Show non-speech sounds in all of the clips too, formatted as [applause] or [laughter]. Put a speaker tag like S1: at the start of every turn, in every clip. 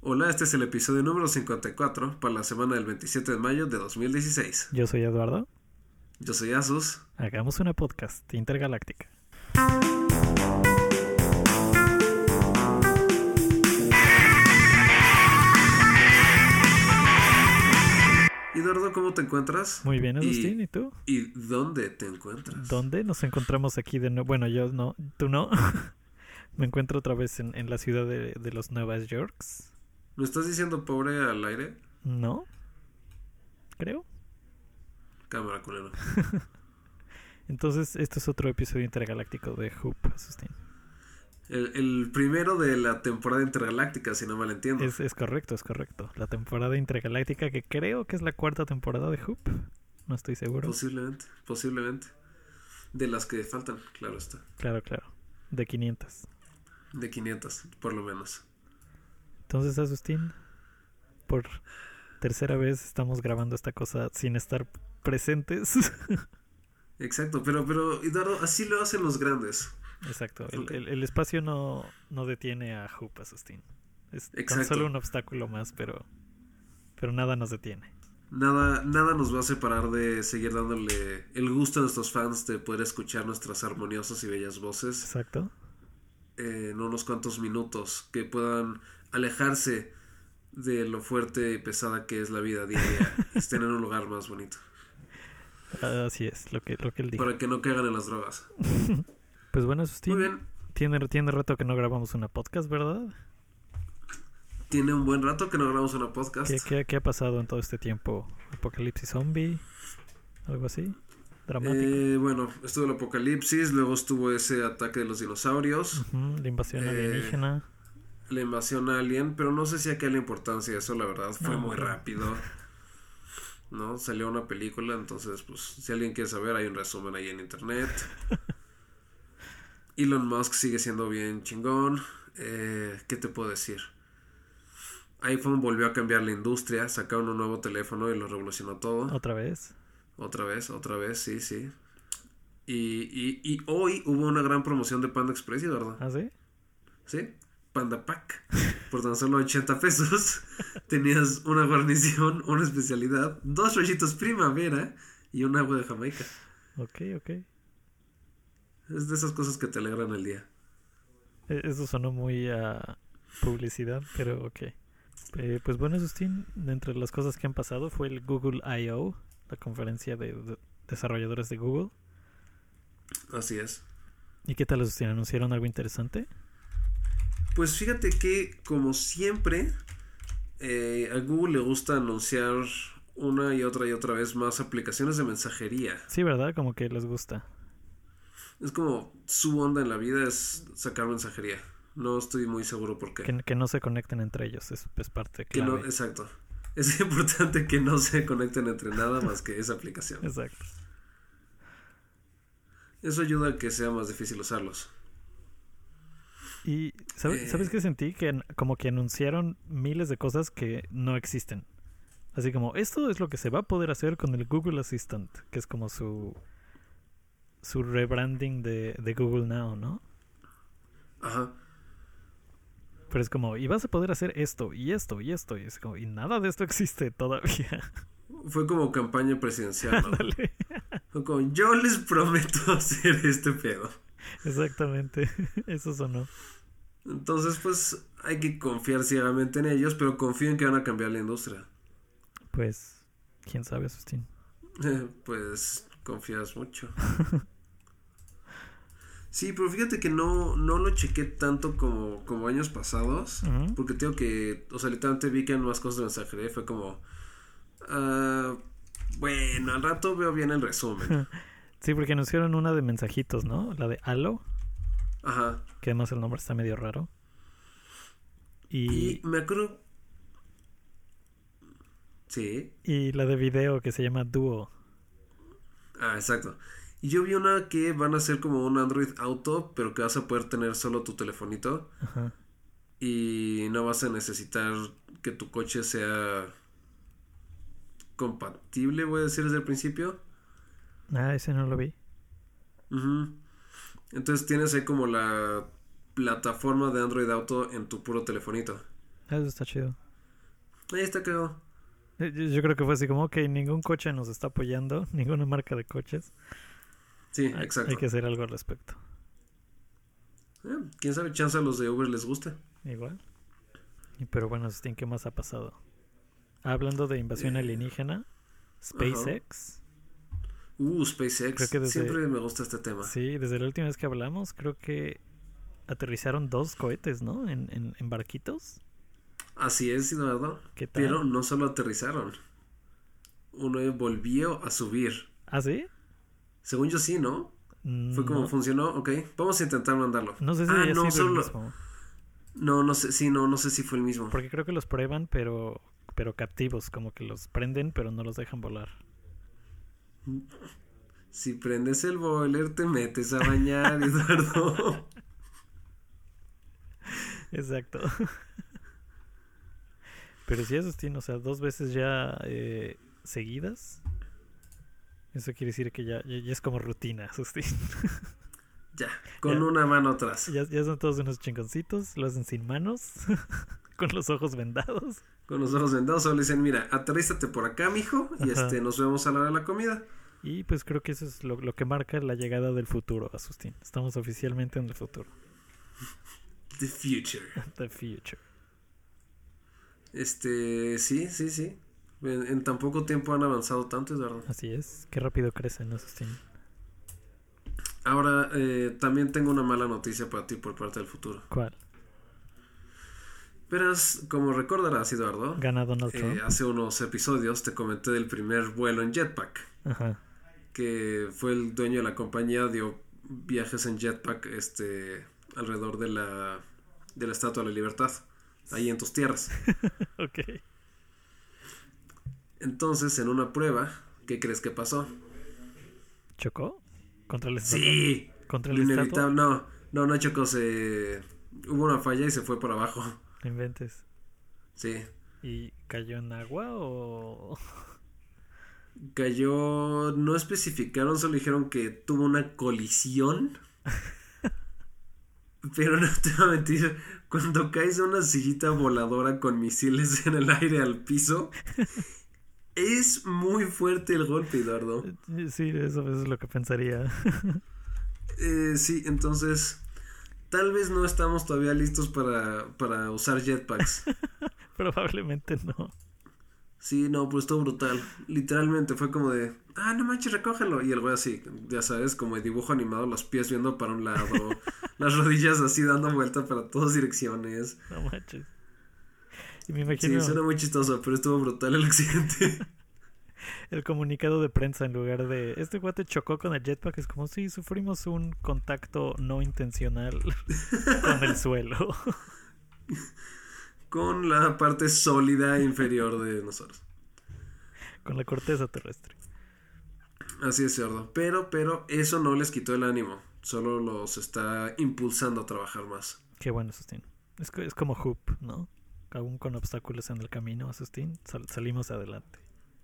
S1: Hola, este es el episodio número 54 para la semana del 27 de mayo de 2016.
S2: Yo soy Eduardo.
S1: Yo soy Asus.
S2: Hagamos una podcast intergaláctica.
S1: Eduardo, ¿cómo te encuentras?
S2: Muy bien, Agustín, ¿y, tú?
S1: ¿Y dónde te encuentras?
S2: ¿Dónde nos encontramos aquí de nuevo? Bueno, yo no, tú no. [laughs] Me encuentro otra vez en, en la ciudad de, de los Nuevas Yorks.
S1: ¿Me estás diciendo pobre al aire?
S2: No, creo.
S1: Cámara, culero.
S2: Entonces, este es otro episodio intergaláctico de Hoop, Agustín.
S1: El, el primero de la temporada intergaláctica, si no mal entiendo.
S2: Es, es correcto, es correcto. La temporada intergaláctica que creo que es la cuarta temporada de Hoop. No estoy seguro.
S1: Pues Posiblemente, posiblemente. De las que faltan, claro está.
S2: Claro, claro. De 500.
S1: De 500, por lo menos.
S2: Entonces, Asustín, por tercera vez estamos grabando esta cosa sin estar
S1: [laughs]
S2: presentes.
S1: Exacto, pero, pero, Eduardo, así lo hacen los grandes.
S2: Exacto. El,
S1: Ok.
S2: el- el espacio no, no detiene a Hoop, Asustín. Es tan
S1: Exacto.
S2: solo un obstáculo más, pero, pero nada nos detiene.
S1: Nada, nada nos va a separar de seguir dándole el gusto a nuestros fans de poder escuchar nuestras armoniosas y bellas voces
S2: Exacto.
S1: eh, en unos cuantos minutos que puedan alejarse de lo fuerte y pesada que es la vida
S2: [laughs]
S1: diaria y estén en un lugar más bonito
S2: Así es, lo que, lo que él dijo.
S1: para que no caigan en las drogas.
S2: Pues bueno,
S1: Muy
S2: Asustín,
S1: bien,
S2: tiene, tiene rato que no grabamos una podcast, ¿verdad?
S1: tiene un buen rato que no grabamos una podcast.
S2: ¿Qué, qué, qué ha pasado en todo este tiempo? ¿Apocalipsis zombie? ¿Algo así? ¿Dramático?
S1: Eh, bueno, estuvo el apocalipsis, luego estuvo ese ataque de los dinosaurios,
S2: Ujú, ¿La invasión
S1: eh,
S2: alienígena?
S1: la invasión alien, pero no sé si acá la importancia de eso, la verdad, fue
S2: No,
S1: muy
S2: no.
S1: rápido. ¿No? Salió una película, entonces, pues, si alguien quiere saber, hay un resumen ahí en internet. Elon Musk sigue siendo bien chingón. Eh, ¿Qué te puedo decir? iPhone volvió a cambiar la industria, sacaron un nuevo teléfono y lo revolucionó todo.
S2: ¿Otra vez?
S1: Otra vez, otra vez, sí, sí. Y, y, y hoy hubo una gran promoción de Panda Express, ¿verdad?
S2: ¿Ah, sí?
S1: Sí, Panda Pack. Por tan solo 80 pesos [laughs] tenías una guarnición, una especialidad, dos rollitos primavera y un agua de Jamaica.
S2: Ok, ok. E-
S1: Es de esas cosas que te alegran el día.
S2: Eso sonó muy a publicidad, pero ok. Eh, pues bueno, Justin, entre las cosas que han pasado fue el Google I.O., la conferencia de, de desarrolladores de Google.
S1: Así es.
S2: ¿Y qué tal, Justin? ¿Anunciaron algo interesante?
S1: Pues fíjate que, como siempre, eh, a Google le gusta anunciar una y otra y otra vez más aplicaciones de mensajería.
S2: Sí, ¿verdad? Como que les gusta.
S1: Es como su onda en la vida es sacar mensajería. No estoy muy seguro por qué.
S2: Que, que no se conecten entre ellos, es, es parte
S1: Que no-
S2: clave.
S1: exacto. [laughs] Es importante que no se conecten entre nada más que esa aplicación.
S2: Exacto.
S1: Eso ayuda a que sea más difícil usarlos.
S2: Y ¿sabes,
S1: Eh.
S2: ¿sabes qué sentí? Que an- como que anunciaron miles de cosas que no existen. Así como, esto es lo que se va a poder hacer con el Google Assistant, que es como su su rebranding de, de Google Now, ¿no?
S1: Ajá.
S2: Pero es como, y vas a poder hacer esto, y esto, y esto, y es como, y nada de esto existe todavía. [laughs]
S1: Fue como campaña presidencial, ¿no?
S2: Ándale.
S1: Fue como, yo les prometo [laughs] hacer este pedo.
S2: Exactamente, [laughs] eso sonó.
S1: Entonces, pues, hay que confiar ciegamente en ellos, pero confío en que van a cambiar la industria. [laughs]
S2: Pues, quién sabe, Sustin.
S1: Pues confías mucho. Sí, pero fíjate que no, no lo chequé tanto como, como años pasados.
S2: Ujú.
S1: Porque tengo que. O sea, literalmente vi que eran más cosas de mensajería. y Fue como. ah, bueno, al rato veo bien el resumen.
S2: Sí, porque anunciaron una de mensajitos, ¿no? La de Halo.
S1: Ajá.
S2: que además el nombre está medio raro.
S1: Y
S2: Y,
S1: me acuerdo. Sí.
S2: y la de video que se llama Duo.
S1: Ah, exacto. Y yo vi una que van a ser como un Android Auto, pero que vas a poder tener solo tu telefonito.
S2: Ajá.
S1: y no vas a necesitar que tu coche sea compatible, voy a decir desde el principio.
S2: Ah, ese no lo vi.
S1: Ujú. Entonces tienes ahí como la plataforma de Android Auto en tu puro telefonito.
S2: Ah, Eso está chido.
S1: Ahí está cagado.
S2: Yo, yo creo que fue así como, ok, ningún coche nos está apoyando, [laughs] ninguna marca de coches.
S1: Sí,
S2: Hay,
S1: exacto.
S2: hay que hacer algo al respecto.
S1: Eh, Quién sabe, chance a los de Uber les gusta.
S2: Igual. Y pero bueno, Sustín, ¿qué más ha pasado? Hablando de invasión alienígena, SpaceX.
S1: Uh, SpaceX.
S2: Creo que desde-
S1: Siempre me gusta este tema.
S2: Sí, desde la última vez que hablamos, creo que aterrizaron dos cohetes, ¿no? En, en, en barquitos.
S1: Así es, sí, la verdad.
S2: ¿Qué tal?
S1: Pero no solo aterrizaron. Uno volvió a subir.
S2: ¿Ah, sí?
S1: Según yo sí, ¿no? Fue como
S2: No,
S1: funcionó, ok. Vamos a intentar mandarlo.
S2: no sé si
S1: ah,
S2: haya
S1: no,
S2: sido
S1: solo-
S2: el mismo.
S1: No, no sé, sí, no, no sé si fue el mismo.
S2: Porque creo que los prueban, pero, pero captivos, como que los prenden, pero no los dejan volar.
S1: Si prendes el boiler, te metes a bañar, [laughs] Eduardo.
S2: Exacto. [laughs] pero sí, eso tiene, o sea, dos veces ya eh, seguidas. Eso quiere decir que ya, ya, ya es como rutina, [laughs] Justin.
S1: ya, con
S2: Ya.
S1: una mano atrás.
S2: Ya, ya son todos unos chingoncitos, lo hacen sin manos, [laughs] con los ojos vendados.
S1: Con los ojos vendados, solo dicen, mira, aterrízate por acá, mijo, y
S2: Ajá.
S1: este, nos vemos a la hora de la comida.
S2: Y pues creo que eso es lo, lo que marca la llegada del futuro, Asustín. Estamos oficialmente en el futuro. [laughs]
S1: The future.
S2: The future.
S1: Este, sí, sí, sí. En, en tan poco tiempo han avanzado tanto, Eduardo.
S2: Así es. Qué rápido crecen, Asustín.
S1: Ahora, eh, también tengo una mala noticia para ti por parte del futuro.
S2: ¿Cuál?
S1: Verás, como recordarás, Eduardo,
S2: Gana Donald
S1: eh,
S2: Trump.
S1: hace unos episodios te comenté del primer vuelo en jetpack.
S2: Ajá. [laughs]
S1: que fue el dueño de la compañía, dio viajes en jetpack este, alrededor de la, de la Estatua de la Libertad, ahí en tus tierras.
S2: Ok.
S1: Entonces, en una prueba, ¿qué crees que pasó?
S2: ¿Chocó? ¿Contra el estatua?
S1: Sí,
S2: ¿Contra
S1: lo
S2: el estatua?
S1: inevitable. No, no, no chocó, se... hubo una falla y se fue para abajo.
S2: No inventes.
S1: Sí,
S2: ¿Y cayó en agua o...? [laughs]
S1: cayó, no especificaron, solo dijeron que tuvo una colisión. Pero no te voy a mentir, cuando caes de una sillita voladora con misiles en el aire al piso, es muy fuerte el golpe, Eduardo.
S2: Sí, eso, eso es lo que pensaría. [laughs]
S1: Eh, sí, entonces, tal vez no estamos todavía listos para, para usar jetpacks.
S2: Probablemente no.
S1: Sí, no, pues todo brutal. Literalmente fue como de, ah, no manches, recógelo. Y el güey así, ya sabes, como de dibujo animado, los pies viendo para un lado, las rodillas así dando vuelta para todas direcciones.
S2: No manches. Y me
S1: Sí,
S2: imagino
S1: suena muy chistoso, pero estuvo brutal el accidente. [laughs]
S2: el comunicado de prensa en lugar de este guate chocó con el jetpack. Es como si sufrimos un contacto no intencional [laughs] con el suelo. [laughs]
S1: Con la parte sólida inferior de nosotros.
S2: con la corteza terrestre.
S1: Así es, cerdo. Pero, pero, eso no les quitó el ánimo. Solo los está impulsando a trabajar más.
S2: Qué bueno, Sustín. Es, co- es como Hoop, ¿no? Aún con obstáculos en el camino, Sustín, sal- salimos adelante.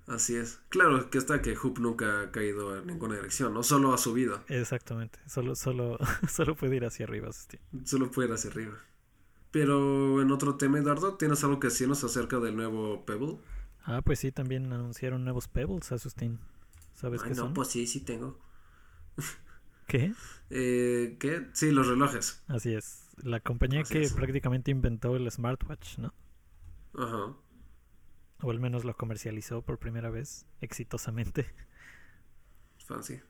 S1: Así es. Claro que está que Hoop nunca ha caído en ninguna dirección, no solo ha subido.
S2: Exactamente. Solo, solo, [laughs] solo puede ir hacia arriba, Sustín.
S1: Solo puede ir hacia arriba. Pero en otro tema, Eduardo, ¿tienes algo que decirnos acerca del nuevo Pebble?
S2: Ah, pues sí, también anunciaron nuevos Pebbles, ¿eh, Sustín. ¿Sabes
S1: Ay,
S2: qué
S1: no,
S2: son?
S1: pues sí, sí tengo.
S2: ¿Qué?
S1: Eh, ¿Qué? Sí, los relojes.
S2: Así es. La compañía
S1: Así
S2: que
S1: es.
S2: prácticamente inventó el smartwatch, ¿no?
S1: Ajá.
S2: O al menos lo comercializó por primera vez exitosamente.
S1: Fancy.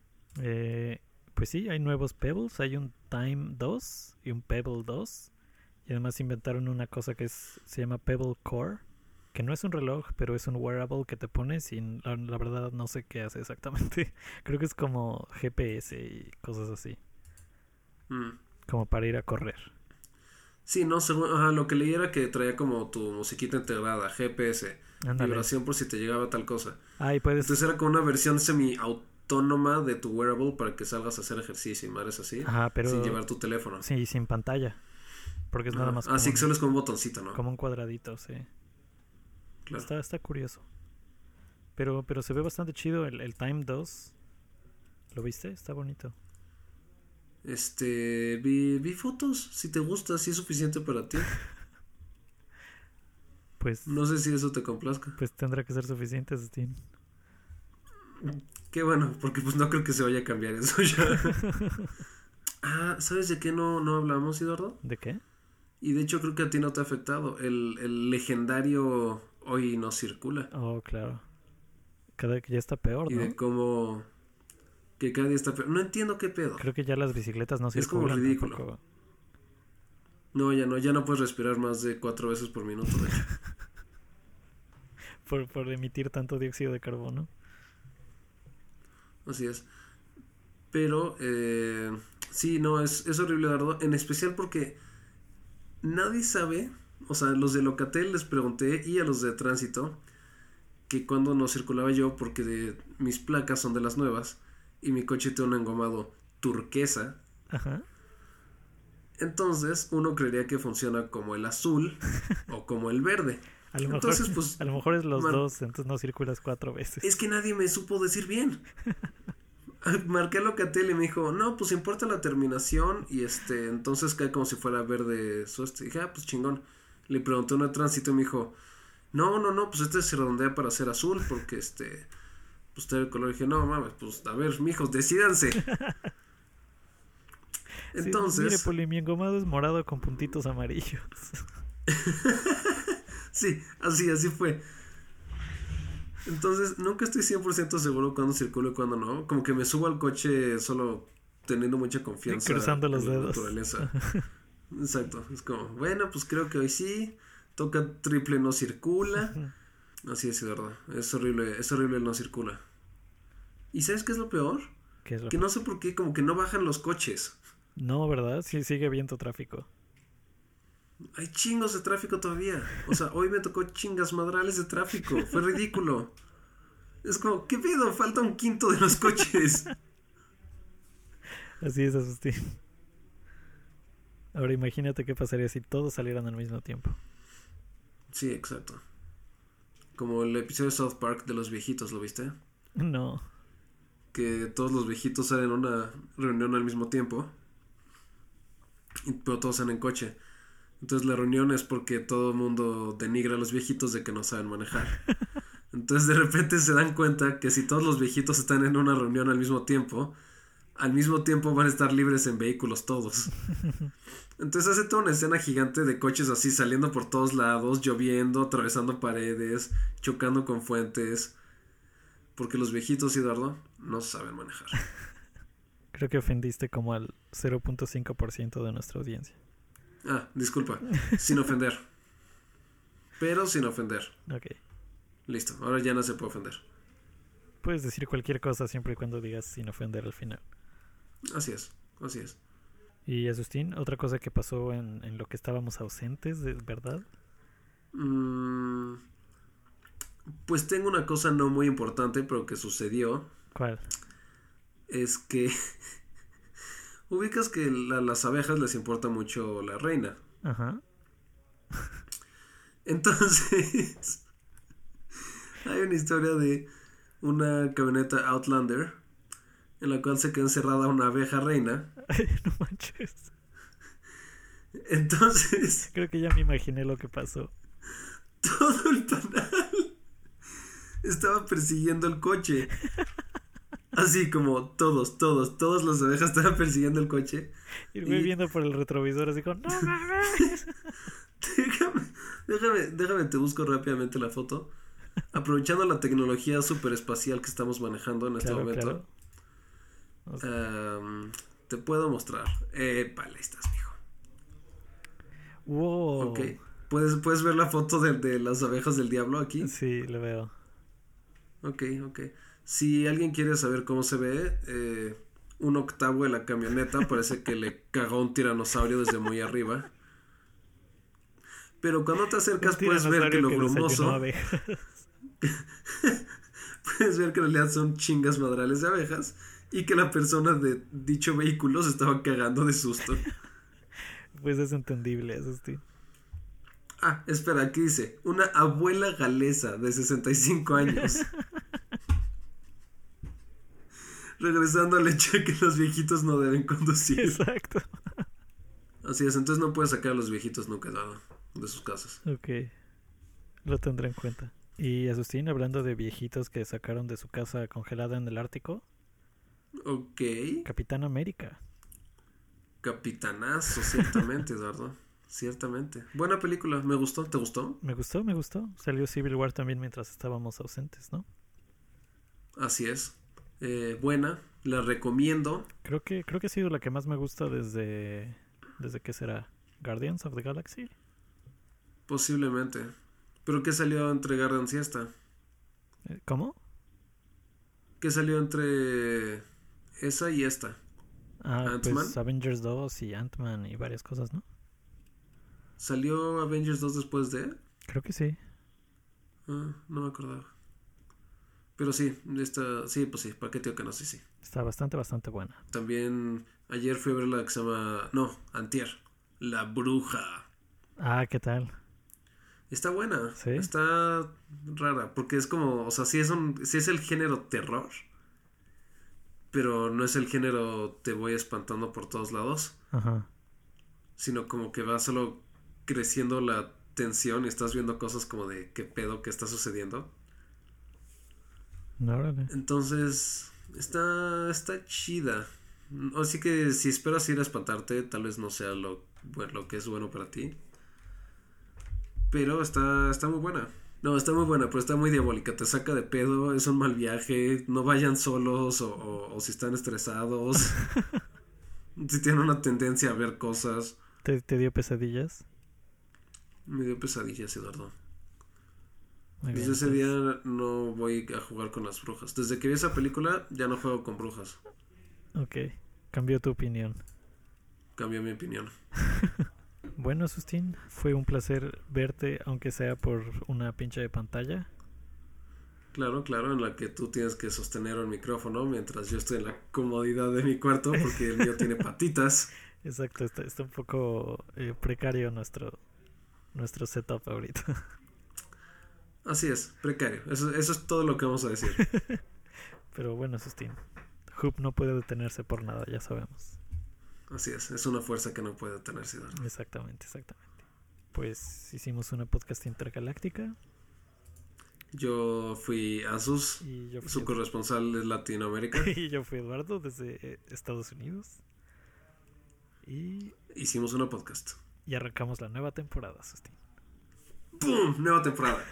S2: Eh, pues sí, hay nuevos Pebbles. Hay un Time 2 y un Pebble 2. Y además inventaron una cosa que es, se llama Pebble Core. Que no es un reloj, pero es un wearable que te pones y la, la verdad no sé qué hace exactamente. [laughs] Creo que es como GPS y cosas así.
S1: Mm.
S2: Como para ir a correr.
S1: Sí, no, según, ajá, lo que leí era que traía como tu musiquita integrada, GPS,
S2: Ándale.
S1: vibración por si te llegaba tal cosa.
S2: Ah, y puedes...
S1: Entonces era como una versión semi-autónoma de tu wearable para que salgas a hacer ejercicio y madres así,
S2: Ajá, pero...
S1: sin llevar tu teléfono.
S2: Sí, sin pantalla. Porque es nada
S1: Ajá.
S2: más como,
S1: Así que
S2: un,
S1: solo es con un botoncito, ¿no?
S2: como un cuadradito, sí.
S1: Claro.
S2: Está, está curioso. Pero, pero se ve bastante chido el, el Time 2. ¿Lo viste? Está bonito.
S1: Este, vi, vi fotos, si te gusta, si es suficiente para ti.
S2: Pues,
S1: No sé si eso te complazca.
S2: pues tendrá que ser suficiente, Steam.
S1: Qué bueno, porque pues no creo que se vaya a cambiar eso ya. ah, ¿sabes de qué no, no hablamos, Eduardo?
S2: ¿De qué?
S1: Y de hecho creo que a ti no te ha afectado. El, el legendario hoy no circula.
S2: Oh, claro. Cada que ya está peor,
S1: Y
S2: ¿no?
S1: de cómo... Que cada día está peor. No entiendo qué pedo.
S2: Creo que ya las bicicletas no
S1: Es como
S2: circulan
S1: ridículo.
S2: tampoco.
S1: No, ya no, ya no puedes respirar más de cuatro veces por minuto. de hecho.
S2: Por, por emitir tanto dióxido de carbono.
S1: Así es. Pero, eh, sí, no, es, es horrible, Eduardo. En especial porque nadie sabe, o sea, los de Locatel les pregunté y a los de tránsito, que cuando no circulaba yo, porque de- mis placas son de las nuevas y mi coche tiene un engomado turquesa.
S2: Ajá.
S1: Entonces, uno creería que funciona como el azul o como el verde.
S2: A lo mejor,
S1: Entonces, pues,
S2: a lo mejor es los
S1: man-
S2: dos, entonces no circulas cuatro veces.
S1: Es que nadie me supo decir bien. [laughs] Marqué a Locatel y me dijo, no, pues importa la terminación y este, entonces cae como si fuera verde su este. Dije, ah, pues chingón. Le pregunté uno de tránsito y me dijo, no, no, no, pues este se redondea para ser azul porque este, pues trae el color. dije, no, mames, pues a ver, mijos,
S2: [laughs]
S1: decidanse.
S2: Sí, mire,
S1: Entonces,
S2: Poli, mi engomado es morado con puntitos amarillos. [laughs]
S1: sí, así, así fue. Entonces, nunca estoy 100% seguro cuándo circulo y cuándo no. Como que me subo al coche solo teniendo mucha confianza.
S2: Cruzando los
S1: en la
S2: dedos. [laughs]
S1: naturaleza. Exacto. Es como, bueno, pues creo que hoy sí. Toca triple no
S2: [laughs]
S1: circula. Así es, Eduardo. Es horrible, es horrible el no circula. ¿Y sabes qué es lo peor?
S2: ¿Qué es lo
S1: Que no sé por qué, como que no bajan los coches.
S2: No, ¿verdad? Sí, sigue habiendo tráfico.
S1: Hay chingos de tráfico todavía. O sea, hoy me tocó chingas madrales de tráfico. Fue ridículo. Es como, ¿qué pedo? Falta un quinto de los coches.
S2: Así es, Asustín. Ahora imagínate qué pasaría si todos salieran al mismo tiempo.
S1: Sí, exacto. Como el episodio de South Park de los viejitos, ¿lo viste?
S2: No.
S1: Que todos los viejitos salen a una reunión al mismo tiempo. y- Pero todos salen en coche. Entonces la reunión es porque todo el mundo denigra a los viejitos de que no saben manejar. Entonces de repente se dan cuenta que si todos los viejitos están en una reunión al mismo tiempo, al mismo tiempo van a estar libres en vehículos todos. Entonces hace toda una escena gigante de coches así saliendo por todos lados, lloviendo, atravesando paredes, chocando con fuentes. Porque los viejitos, Eduardo, no saben manejar.
S2: Creo que ofendiste como al 0.5% de nuestra audiencia.
S1: Ah, disculpa, sin ofender. Pero sin ofender.
S2: Ok.
S1: Listo, ahora ya no se puede ofender.
S2: Puedes decir cualquier cosa siempre y cuando digas sin ofender al final.
S1: Así es, así es.
S2: Y Asustín, otra cosa que pasó en, en lo que estábamos ausentes, de- ¿verdad?
S1: Mm, pues tengo una cosa no muy importante, pero que sucedió.
S2: ¿Cuál?
S1: Es que... [laughs] ubicas que a las abejas les importa mucho la reina.
S2: Ajá. [laughs]
S1: Entonces, [laughs] hay una historia de una camioneta Outlander en la cual se queda encerrada una abeja reina.
S2: no manches.
S1: Entonces,
S2: Creo que ya me imaginé lo que pasó.
S1: [laughs] todo el panal estaba persiguiendo el coche. Así como todos, todos, todas las abejas estaban persiguiendo el coche. [laughs]
S2: Y el güey
S1: Y-
S2: viendo por el retrovisor así como,
S1: [laughs]
S2: no mames.
S1: Déjame, déjame, déjame, te busco rápidamente la foto. Aprovechando la tecnología superespacial que estamos manejando en este
S2: claro,
S1: momento.
S2: claro. O sea,
S1: Am, te puedo mostrar. Eh, ahí estás, mijo.
S2: wow.
S1: Ok. ¿Puedes, ¿Puedes ver la foto de, de las abejas del diablo aquí?
S2: Sí, lo veo.
S1: Ok, ok. Si alguien quiere saber cómo se ve, eh, un octavo de la camioneta parece que le cagó un tiranosaurio desde muy arriba. Pero cuando te acercas
S2: Un
S1: puedes ver que
S2: tiranosaurio
S1: lo
S2: desayunó
S1: grumoso,
S2: abejas.
S1: puedes ver que en realidad son chingas madrales de abejas y que la persona de dicho vehículo se estaba cagando de susto.
S2: [laughs] Pues es entendible eso, sí.
S1: Ah, espera, aquí dice, una abuela galesa de 65
S2: [laughs]
S1: años. Regresando al hecho de que los viejitos no deben conducir.
S2: Exacto. [laughs]
S1: Así es, entonces no puedes sacar a los viejitos nunca dado de sus casas.
S2: Ok. Lo tendré en cuenta. Y Asustín, hablando de viejitos que sacaron de su casa congelada en el Ártico,
S1: Ok.
S2: Capitán América.
S1: Capitanazo, ciertamente, [laughs] Eduardo. Ciertamente. Buena película, me gustó. ¿Te gustó?
S2: Me gustó, me gustó. Salió Civil War también mientras estábamos ausentes, ¿no?
S1: Así es. Eh, buena, la recomiendo.
S2: Creo que, creo que ha sido la que más me gusta desde. desde que será. Guardians of the Galaxy.
S1: Posiblemente. ¿Pero qué salió entre Garden Siesta?
S2: Eh, ¿Cómo?
S1: ¿Qué salió entre esa y esta?
S2: Ah, pues
S1: Ant-Man.
S2: Avengers 2 y Ant-Man y varias cosas, ¿no?
S1: ¿Salió Avengers 2 después de?
S2: Creo que sí.
S1: Ah, no me acordaba. Pero sí, esta, sí, pues sí, ¿para qué tío que no? Sí, sí.
S2: Está bastante, bastante buena.
S1: También ayer fui a ver la que se llama, no, antier, La Bruja.
S2: Ah, ¿qué tal?
S1: Está buena,
S2: ¿Sí?
S1: está rara, porque es como, o sea, sí es, un, sí es el género terror, pero no es el género te voy espantando por todos lados,
S2: Ajá.
S1: sino como que va solo creciendo la tensión y estás viendo cosas como de qué pedo que está sucediendo.
S2: No, órale.
S1: Entonces, está, está chida. Así que si esperas ir a espantarte, tal vez no sea lo, bueno, lo que es bueno para ti. Pero está, está muy buena. No, está muy buena, pero está muy diabólica. Te saca de pedo, es un mal viaje. No vayan solos o, o- o si están
S2: [laughs]
S1: estresados. si tienen una tendencia a ver cosas.
S2: ¿Te, te dio pesadillas?
S1: Me dio pesadillas, Eduardo.
S2: Muy bien, pues.
S1: Desde Pues ese
S2: entonces-
S1: día no voy a jugar con las brujas. Desde que vi esa película, ya no juego con brujas.
S2: Ok, cambió tu opinión.
S1: Cambió mi opinión.
S2: Bueno, Sustín, fue un placer verte, aunque sea por una pinche de pantalla.
S1: Claro, claro, en la que tú tienes que sostener un micrófono mientras yo estoy en la comodidad de mi cuarto porque el mío tiene patitas.
S2: Exacto, está, está un poco eh, precario nuestro, nuestro setup ahorita. [laughs]
S1: Así es, precario. Eso, eso es todo lo que vamos a decir.
S2: Pero bueno, Sustín, Hoop no puede detenerse por nada, ya sabemos.
S1: Así es, es una fuerza que no puede tener ciudad.
S2: Exactamente, exactamente. Pues hicimos una podcast intergaláctica
S1: Yo fui Asus,
S2: y yo
S1: su
S2: fui,
S1: corresponsal de Latinoamérica.
S2: [laughs] y yo fui Eduardo desde eh, Estados Unidos. Y,
S1: Hicimos una podcast.
S2: y arrancamos la nueva temporada, Sustín.
S1: ¡Pum! Nueva temporada.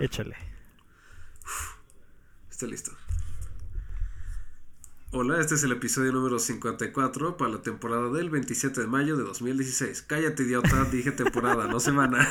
S2: Échale.
S1: Está listo. Hola, este es el episodio número 54 para la temporada del 27 de mayo de 2016. Cállate, idiota, dije temporada, no semana.